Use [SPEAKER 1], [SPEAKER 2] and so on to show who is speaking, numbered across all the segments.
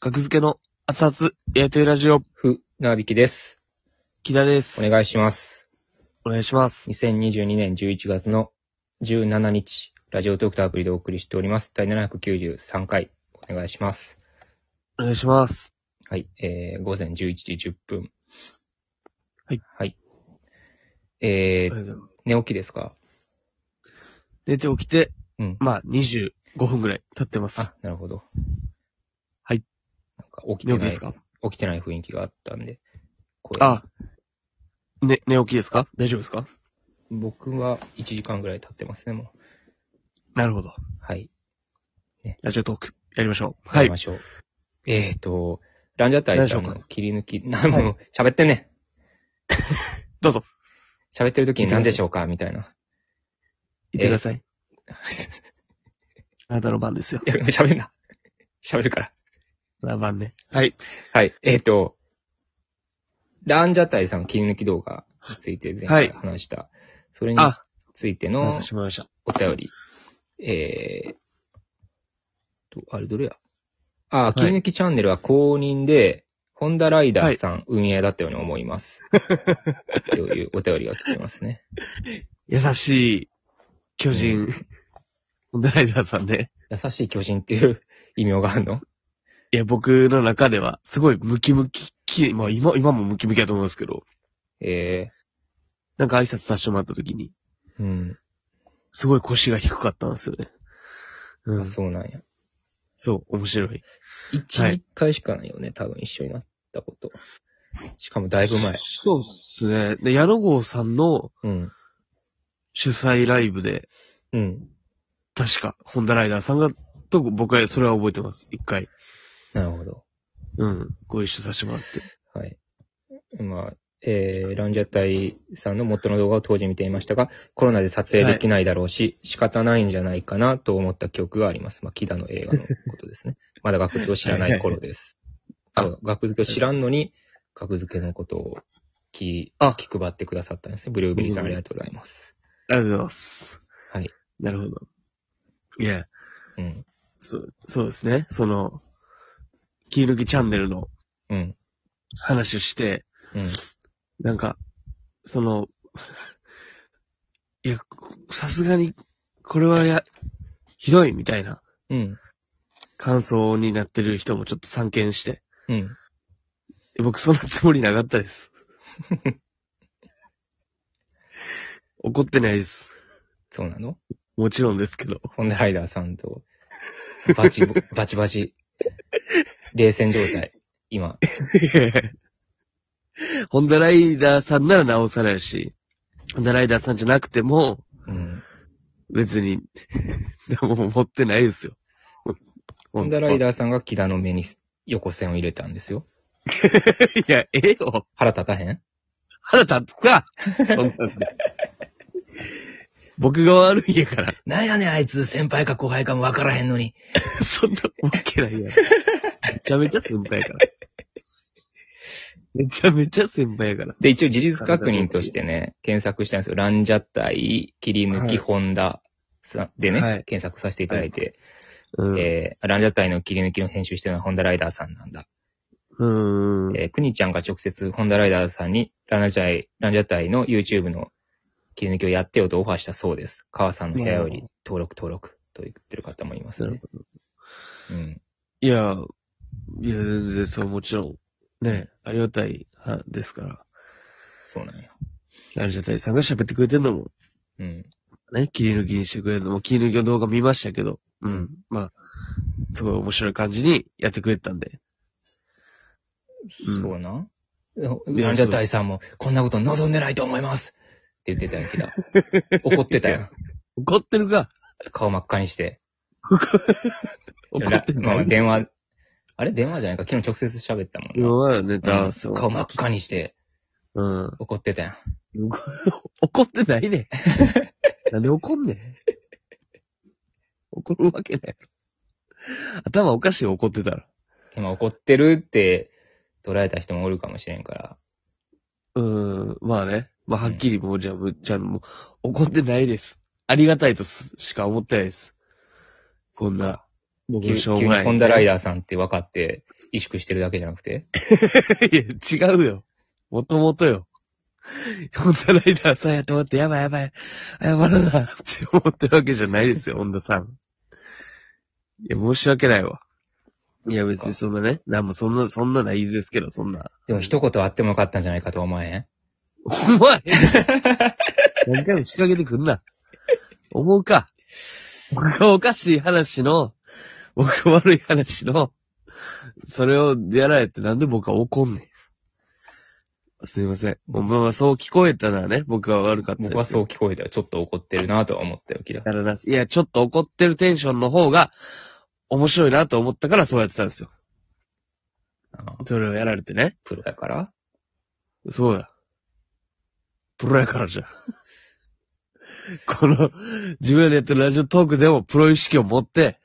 [SPEAKER 1] 格付けの熱々、やりとりラジオ、
[SPEAKER 2] ふ、なびきです。
[SPEAKER 1] 木田で
[SPEAKER 2] お
[SPEAKER 1] す。
[SPEAKER 2] 願いします。
[SPEAKER 1] お願いします。
[SPEAKER 2] 2022年11月の17日、ラジオトークとアプリでお送りしております。第793回、お願いします。
[SPEAKER 1] お願いします。
[SPEAKER 2] はい、えー、午前11時10分。
[SPEAKER 1] はい。
[SPEAKER 2] はい。
[SPEAKER 1] あ
[SPEAKER 2] えー、
[SPEAKER 1] りがとうございます
[SPEAKER 2] 寝起きですか
[SPEAKER 1] 寝て起きて、
[SPEAKER 2] うん
[SPEAKER 1] まあ、25分ぐらい経ってます。
[SPEAKER 2] あ、なるほど。
[SPEAKER 1] はい。
[SPEAKER 2] なんか起き
[SPEAKER 1] 寝起き
[SPEAKER 2] てな
[SPEAKER 1] で
[SPEAKER 2] い、
[SPEAKER 1] す
[SPEAKER 2] 起
[SPEAKER 1] か
[SPEAKER 2] きてない雰囲気があったんで。声
[SPEAKER 1] あ、ね、寝起きですか大丈夫ですか
[SPEAKER 2] 僕は1時間ぐらい経ってますね、もう。
[SPEAKER 1] なるほど。
[SPEAKER 2] はい。
[SPEAKER 1] ラジオトーク、やりましょう。
[SPEAKER 2] や
[SPEAKER 1] は
[SPEAKER 2] り
[SPEAKER 1] い
[SPEAKER 2] ま。しょう。えっ、ー、と、ランジャタイさん
[SPEAKER 1] 何でしょう
[SPEAKER 2] の切り抜き、な、もう、喋ってんね。
[SPEAKER 1] どうぞ、
[SPEAKER 2] 喋ってる時に何でしょうかみたいな。
[SPEAKER 1] 言ってください。あなたの番ですよ。
[SPEAKER 2] いや、喋んな。喋るから。
[SPEAKER 1] あなたの番ね。はい。
[SPEAKER 2] はい。えっ、ー、と、ランジャタイさんの切り抜き動画について前回話した。それに
[SPEAKER 1] あ、
[SPEAKER 2] ついて
[SPEAKER 1] お
[SPEAKER 2] の
[SPEAKER 1] 待たせしまいました。
[SPEAKER 2] お便り。えー、と、あれどれやあ、切り抜きチャンネルは公認で、ホンダライダーさん運営だったように思い ます。というお便りが来てますね。
[SPEAKER 1] 優しい、巨人、 ホンダライダーさんね。
[SPEAKER 2] 優しい巨人っていう異名があるの
[SPEAKER 1] いや、僕の中では、すごいムキムキ、きまあ今、今もムキムキだと思うんですけど、
[SPEAKER 2] え
[SPEAKER 1] なんか挨拶させてもらった時に、
[SPEAKER 2] えうん。
[SPEAKER 1] すごい腰が低かったんですよね。う
[SPEAKER 2] あ
[SPEAKER 1] ん。
[SPEAKER 2] そうなんや。
[SPEAKER 1] そう、面白い。
[SPEAKER 2] 一、
[SPEAKER 1] はい
[SPEAKER 2] 一回しかないよね、多分一緒になったこと。しかもだいぶ前。
[SPEAKER 1] そうっすね。で、矢野郷さんの
[SPEAKER 2] うん。
[SPEAKER 1] 主催ライブで、
[SPEAKER 2] うん。
[SPEAKER 1] 確か、ホンダライダーさんが、と僕はそれは覚えてます。一回。
[SPEAKER 2] なるほど。
[SPEAKER 1] うん。ご一緒させてもらって。
[SPEAKER 2] はい。まあ、えー、ランジャタイさんの元の動画を当時見ていましたが、コロナで撮影できないだろうし、仕方ないんじゃないかなと思った記憶があります。まあ、キダの映画のことですね。まだ学付けを知らない頃です。
[SPEAKER 1] はいはい
[SPEAKER 2] あ学付けを知らんのに、格付けのことを気、
[SPEAKER 1] あ
[SPEAKER 2] 気配ってくださったんですね。ブルーベリーさん
[SPEAKER 1] う
[SPEAKER 2] あ
[SPEAKER 1] ん
[SPEAKER 2] りがとうございます。
[SPEAKER 1] ありがとうございます。
[SPEAKER 2] はい。
[SPEAKER 1] なるほど。いや、
[SPEAKER 2] うん。
[SPEAKER 1] そう、そうですね。その、切り抜きチャンネルの
[SPEAKER 2] うん。
[SPEAKER 1] 話をして、
[SPEAKER 2] うん。
[SPEAKER 1] なんか、その、 いや、さすがに、これはや、ひどいみたいな
[SPEAKER 2] うん。
[SPEAKER 1] 感想になってる人もちょっと散見して。
[SPEAKER 2] うん。
[SPEAKER 1] え僕そんなつもりなかったです。 怒ってないです。
[SPEAKER 2] そうなの
[SPEAKER 1] もちろんですけど。
[SPEAKER 2] ホンダライダーさんと、バチ ボ、バチバチ、冷戦状態、今。
[SPEAKER 1] ホンダライダーさんならなおさらやし、ホンダライダーさんじゃなくても、
[SPEAKER 2] うん。
[SPEAKER 1] 別に、 何も持ってないですよ。
[SPEAKER 2] ホンダライダーさんが木田の目に横線を入れたんですよ。
[SPEAKER 1] ー。いや、ええよ。
[SPEAKER 2] 腹立たへん
[SPEAKER 1] 腹立つかそんなんで僕が悪いんやから。
[SPEAKER 2] なんやねん、あいつ、先輩か後輩かもわからへんのに。
[SPEAKER 1] そんなわけないやろ。めちゃめちゃ先輩やから。めちゃめちゃ先輩やから。
[SPEAKER 2] で、一応事実確認としてね、検索したんですよ。ランジャタイ、切り抜
[SPEAKER 1] はい
[SPEAKER 2] き、ホンダさんでね、
[SPEAKER 1] はい
[SPEAKER 2] 検索させていただいて、
[SPEAKER 1] うん。
[SPEAKER 2] えー、ランジャタイの切り抜きの編集してるのはホンダライダーさんなんだ。
[SPEAKER 1] うーん。
[SPEAKER 2] えー、くにちゃんが直接、ホンダライダーさんに、ランジャタイ、ランジャタイの YouTube の切り抜きをやってよとオファーしたそうです。川さんの部屋より
[SPEAKER 1] う
[SPEAKER 2] 登録登録と言ってる方もいます
[SPEAKER 1] なる
[SPEAKER 2] ね。うん。
[SPEAKER 1] いや、いや、全然そう、もちろん。ね、ありがたい派ですから。
[SPEAKER 2] そうなんや。
[SPEAKER 1] ランジャタイさんが喋ってくれてるのも、
[SPEAKER 2] うん。
[SPEAKER 1] ね、切り抜きにしてくれるのも、切り抜きの動画見ましたけど、うん。まあ、すごい面白い感じにやってくれてたんで。うん
[SPEAKER 2] そうなん
[SPEAKER 1] いや
[SPEAKER 2] ランジャタイさんも、こんなこと望んでないと思いますって言ってたやんけ だ。怒ってたやん。
[SPEAKER 1] 怒ってるか
[SPEAKER 2] 顔真っ赤にして。
[SPEAKER 1] 怒って
[SPEAKER 2] ま
[SPEAKER 1] な
[SPEAKER 2] あ
[SPEAKER 1] いです
[SPEAKER 2] 電話、あれ電話じゃないか昨日直接喋ったもんな。
[SPEAKER 1] 弱いよね、ダ
[SPEAKER 2] う
[SPEAKER 1] ン
[SPEAKER 2] ん
[SPEAKER 1] スは。
[SPEAKER 2] 顔真っ赤にして
[SPEAKER 1] うん。
[SPEAKER 2] 怒ってたやん。
[SPEAKER 1] 怒ってないね。なんで怒んねん。怒るわけない。頭おかしいよ怒ってたら。
[SPEAKER 2] 今怒ってるって捉えた人もおるかもしれんから。
[SPEAKER 1] うん、まあね。まあはっきりもうじゃあ、むっちゃんもう怒ってないです。ありがたいとすしか思ってないです。こんな僕
[SPEAKER 2] 急
[SPEAKER 1] もしょう
[SPEAKER 2] 急
[SPEAKER 1] も
[SPEAKER 2] に
[SPEAKER 1] ない。
[SPEAKER 2] ホンダライ
[SPEAKER 1] ダ
[SPEAKER 2] ダーさんって分かって、萎縮してるだけじゃなくて。
[SPEAKER 1] ー。いや、違うよ。もともとよ。ホンダライダーさんやと思って、やばいやばい、謝らな、って思ってるわけじゃないですよ、ホンダさん。いや、申し訳ないわ。いや、別にそんなね、なんもそんな、そんなないですけど、そんな。
[SPEAKER 2] でも一言あってもよかったんじゃないかと思えへん。
[SPEAKER 1] お前 何回も仕掛けてくんな。思うか。僕がおかしい話の、僕が悪い話の、それをやられてなんで僕は怒んねん。すいません。お前はそう聞こえたのはね、僕は悪かったですよ。
[SPEAKER 2] 僕はそう聞こえたよ。ちょっと怒ってるなとは思ったよ、キラ。
[SPEAKER 1] だからな。いや、ちょっと怒ってるテンションの方が、面白いなと思ったからそうやってたんですよ。
[SPEAKER 2] あ
[SPEAKER 1] それをやられてね。
[SPEAKER 2] プロやから。
[SPEAKER 1] そうや。プロやからじゃん。この、自分らでやってるラジオトークでもプロ意識を持って、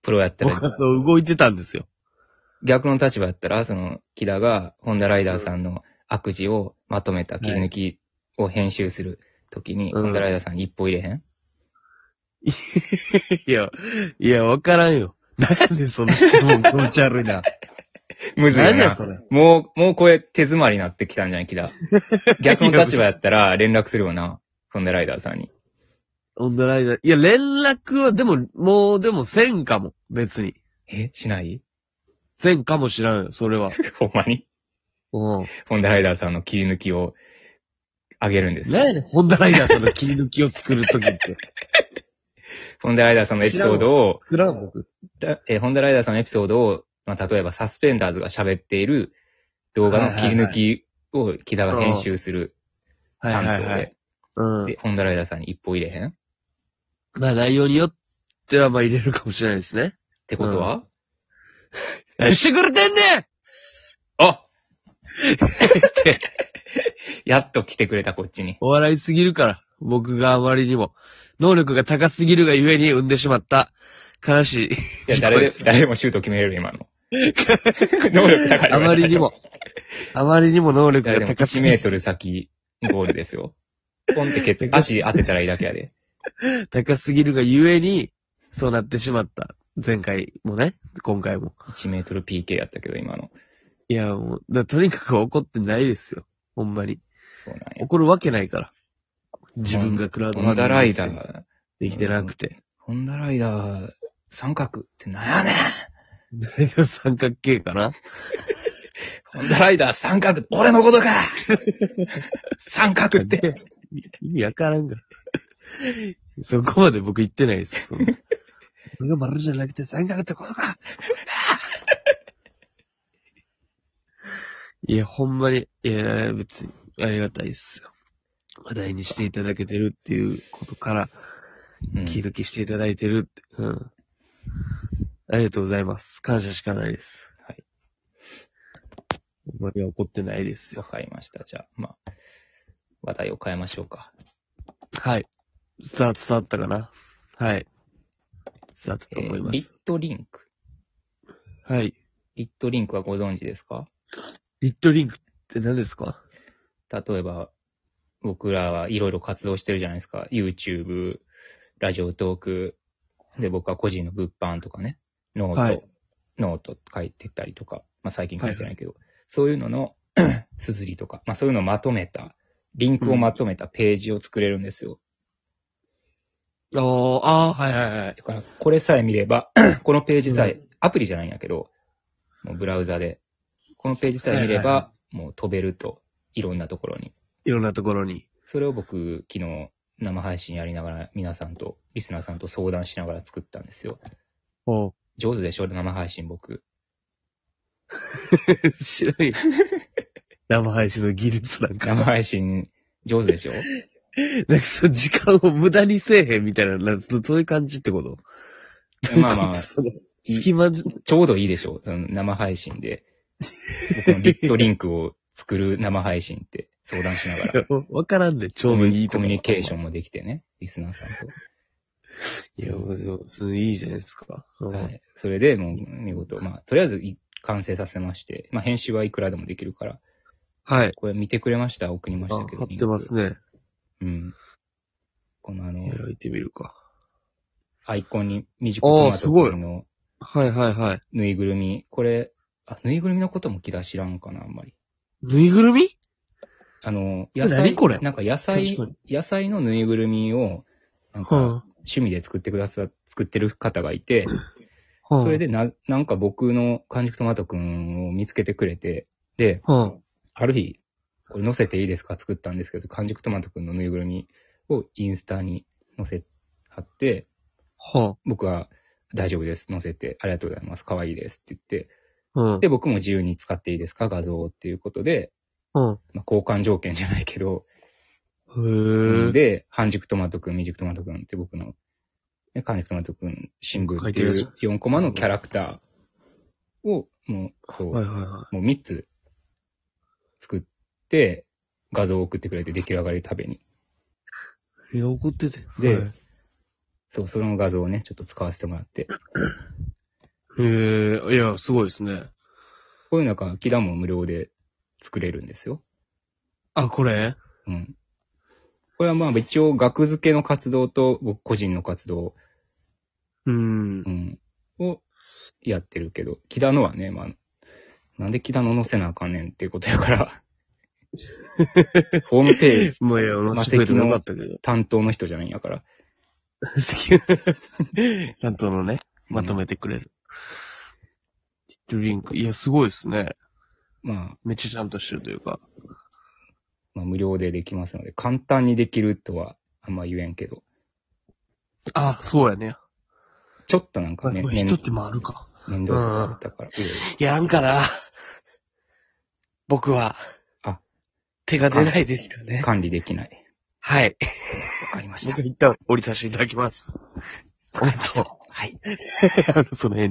[SPEAKER 2] プロやったら
[SPEAKER 1] 僕、はそう動いてたんですよ。
[SPEAKER 2] 逆の立場やったら、その、キラが、ホンダライダーさんの悪事をまとめた切り抜きを編集するときに、
[SPEAKER 1] うん
[SPEAKER 2] ホンダライダーさんに一歩入れへん
[SPEAKER 1] いや、いや、わからんよ。何やねん、その質問気持ち悪いな。
[SPEAKER 2] むずいよ
[SPEAKER 1] 何や、
[SPEAKER 2] な。
[SPEAKER 1] それ。
[SPEAKER 2] もう、もうこれ手詰まりになってきたんじゃな いキラ。逆の立場やったら連絡するよな。ホンダライダーさんに。
[SPEAKER 1] オンドライダー。いや、連絡は、でも、もう、でも、せんかも。別に。
[SPEAKER 2] えしない
[SPEAKER 1] せんかもしらんよ、それは。
[SPEAKER 2] ほんまに
[SPEAKER 1] うん。
[SPEAKER 2] ホンダライダーさんの切り抜きをあげるんですよ
[SPEAKER 1] 何やねん、ホンダライダーさんの切り抜きを作るときって。
[SPEAKER 2] ホンダライダーさんのエピソードを、
[SPEAKER 1] 作らん、僕。
[SPEAKER 2] だえーホンダライダーさんのエピソードを、まあ、例えばサスペンダーズが喋っている動画の切り抜きを木田が編集する
[SPEAKER 1] はい
[SPEAKER 2] 担当で、
[SPEAKER 1] はいはい。うん。
[SPEAKER 2] で、ホンダライダーさんに一歩入れへんっ
[SPEAKER 1] まあ内容によってはまあ入れるかもしれないですね。
[SPEAKER 2] てことは、
[SPEAKER 1] 何してくれてんねん
[SPEAKER 2] あやっと来てくれた、こっちに。
[SPEAKER 1] お笑いすぎるから、僕があまりにも。能力が高すぎるがゆえに生んでしまった。悲しい。
[SPEAKER 2] いや、誰で、
[SPEAKER 1] 事故
[SPEAKER 2] 誰でもシュート決めれる、今の。能力高い
[SPEAKER 1] あまりにも。あまりにも能力
[SPEAKER 2] 誰で
[SPEAKER 1] が
[SPEAKER 2] も
[SPEAKER 1] 高す
[SPEAKER 2] 1
[SPEAKER 1] ぎ
[SPEAKER 2] メ
[SPEAKER 1] る
[SPEAKER 2] ー。トル先、ゴールですよ。ポンって蹴って、足当てたらいいだけやで。
[SPEAKER 1] 高すぎるがゆえに、そうなってしまった。前回もね、今回も。
[SPEAKER 2] 1メートル PK やったけど、今の。
[SPEAKER 1] いや、もう、だとにかく怒ってないですよ。ほんまに。
[SPEAKER 2] そうなんや。
[SPEAKER 1] 怒るわけないから。自分がクラウドファ
[SPEAKER 2] ホン
[SPEAKER 1] ンデ
[SPEAKER 2] ダラ
[SPEAKER 1] ィン
[SPEAKER 2] イ
[SPEAKER 1] グ
[SPEAKER 2] ダ
[SPEAKER 1] して
[SPEAKER 2] ー。
[SPEAKER 1] できてなくて。
[SPEAKER 2] ホンダライダー、三角ってなんやねん
[SPEAKER 1] ライダー三角形かな
[SPEAKER 2] ホンダライダー三角、 俺のことか三角って。
[SPEAKER 1] 意味わからんが。そこまで僕言ってないです。そんな俺が丸じゃなくて三角ってことか。いや、ほんまに、いや、別にありがたいですよ。話題にしていただけてるっていうことから、
[SPEAKER 2] うん
[SPEAKER 1] 気抜きしていただいてるって、うん。ありがとうございます。感謝しかないです。
[SPEAKER 2] はい。
[SPEAKER 1] ほんまに怒ってないです
[SPEAKER 2] わ
[SPEAKER 1] よ。
[SPEAKER 2] かりました。じゃあ、まあ、話題を変えましょうか。
[SPEAKER 1] はい。伝わ伝わったかなはい。伝わったと思いま
[SPEAKER 2] えービ
[SPEAKER 1] す
[SPEAKER 2] ッ。トリンク。
[SPEAKER 1] はい。
[SPEAKER 2] ビットリンクはご存知ですか
[SPEAKER 1] リットリンクって何ですか
[SPEAKER 2] 例えば、僕らはいろいろ活動してるじゃないですか。YouTube、ラジオトーク、で、僕は個人の物販とかね、ノート、
[SPEAKER 1] はい
[SPEAKER 2] ノート書いてたりとか、まあ最近書いてないけど、そういうのの、 すずりとか、まあそういうのをまとめた、リンクをまとめたページを作れるんですよ。
[SPEAKER 1] あーあー、はいはいはい。
[SPEAKER 2] だから、これさえ見れば、 このページさえ、アプリじゃないんやけど、もうブラウザで、このページさえ見れば、
[SPEAKER 1] はいは
[SPEAKER 2] もう飛べると、いろんなところに。
[SPEAKER 1] いろんなところに。
[SPEAKER 2] それを僕、昨日、生配信やりながら、皆さんと、リスナーさんと相談しながら作ったんですよ。
[SPEAKER 1] お
[SPEAKER 2] 上手でしょ生配信僕。
[SPEAKER 1] 白い。 生配信の技術なんか。
[SPEAKER 2] 生配信、上手でし ょ
[SPEAKER 1] なんかその時間を無駄にせえへんみたいな、なんかそういう感じってこと
[SPEAKER 2] まあま あ
[SPEAKER 1] その隙間じ、
[SPEAKER 2] ちょうどいいでしょその生配信で。僕のリットリンクを作る生配信って相談しながら。
[SPEAKER 1] わからんで、ちょうどいいと
[SPEAKER 2] コ
[SPEAKER 1] こ
[SPEAKER 2] ミュニケーショ
[SPEAKER 1] ン。
[SPEAKER 2] ンもできてね、リスナーさんと。
[SPEAKER 1] いや、もうでもそれいいじゃないですか。うん
[SPEAKER 2] はい。それで、もう、見事、まあ、とりあえずい完成させまして、まあ、編集はいくらでもできるから、
[SPEAKER 1] はい。
[SPEAKER 2] これ見てくれました送りま
[SPEAKER 1] あ
[SPEAKER 2] したけど。
[SPEAKER 1] 貼ってますね。
[SPEAKER 2] リンク。うん。このあの
[SPEAKER 1] いや、、見てみるか。
[SPEAKER 2] アイコンに短くトマ
[SPEAKER 1] あーす
[SPEAKER 2] ト
[SPEAKER 1] ごい
[SPEAKER 2] 君の
[SPEAKER 1] はいはいはい。
[SPEAKER 2] ぬいぐるみ。これ、あ、ぬいぐるみのことも木田知らんかな、あんまり。
[SPEAKER 1] ぬいぐるみ
[SPEAKER 2] あの、野
[SPEAKER 1] 何
[SPEAKER 2] 菜、
[SPEAKER 1] これ
[SPEAKER 2] なんか野菜
[SPEAKER 1] 確か、
[SPEAKER 2] 野菜のぬいぐるみを、なんか、
[SPEAKER 1] は
[SPEAKER 2] 趣味で作ってくださ、作ってる方がいて、
[SPEAKER 1] あ、はあ、
[SPEAKER 2] それでな、なんか僕の完熟トマトくんを見つけてくれて、で、
[SPEAKER 1] は
[SPEAKER 2] ある日、これ載せていいですか作ったんですけど、完熟トマトくんのぬいぐるみをインスタに載せ、貼って、
[SPEAKER 1] あ、は
[SPEAKER 2] 僕は大丈夫です、載せて、ありがとうございます、可愛いですって言って、
[SPEAKER 1] あ、うん
[SPEAKER 2] で、僕も自由に使っていいですか画像をっていうことで、
[SPEAKER 1] うん。
[SPEAKER 2] まあ、交換条件じゃないけど、
[SPEAKER 1] へえ。
[SPEAKER 2] で、半熟トマトくん、未熟トマトくんって僕の、ね、完熟トマトくん、新聞って
[SPEAKER 1] 書い
[SPEAKER 2] い
[SPEAKER 1] て
[SPEAKER 2] う4コマのキャラクターを、もう、そう、
[SPEAKER 1] はいはいは
[SPEAKER 2] もう3つ作って、画像を送ってくれて出来上がり食べに。
[SPEAKER 1] い。え、怒ってて。
[SPEAKER 2] で
[SPEAKER 1] はい
[SPEAKER 2] そう、その画像をね、ちょっと使わせてもらって。
[SPEAKER 1] へえ、いや、すごいですね。
[SPEAKER 2] こういうのが、キダも無料で作れるんですよ。
[SPEAKER 1] あ、これ
[SPEAKER 2] うん。これはまあ一応、学付けの活動と、僕個人の活動、
[SPEAKER 1] うん
[SPEAKER 2] う。ん、をやってるけど、キダのはね、まあ、なんでキダの載せなあかんねんっていうこと やから、ホームページ
[SPEAKER 1] もういや、同じくれてもよかったけど。
[SPEAKER 2] 担当の人じゃないんやから。
[SPEAKER 1] 担当のね、まとめてくれる。リトルリンク。いや、すごいですね。
[SPEAKER 2] うんまあ、
[SPEAKER 1] めっちゃちゃんとしてるというか。
[SPEAKER 2] まあ、無料でできますので、簡単にできるとはあんま言えんけど、
[SPEAKER 1] あ、そうやね。
[SPEAKER 2] ちょっとなんかね、めん
[SPEAKER 1] 人ってもあるか。
[SPEAKER 2] めんどいことだったから、いろい
[SPEAKER 1] やんから、僕は、
[SPEAKER 2] あ
[SPEAKER 1] 手が出ないですよ
[SPEAKER 2] ろ
[SPEAKER 1] ね。
[SPEAKER 2] 管理できない。
[SPEAKER 1] はい。
[SPEAKER 2] わかりました
[SPEAKER 1] 僕。一旦降りさせていただきます。
[SPEAKER 2] わかりました。
[SPEAKER 1] はい。あのその返事。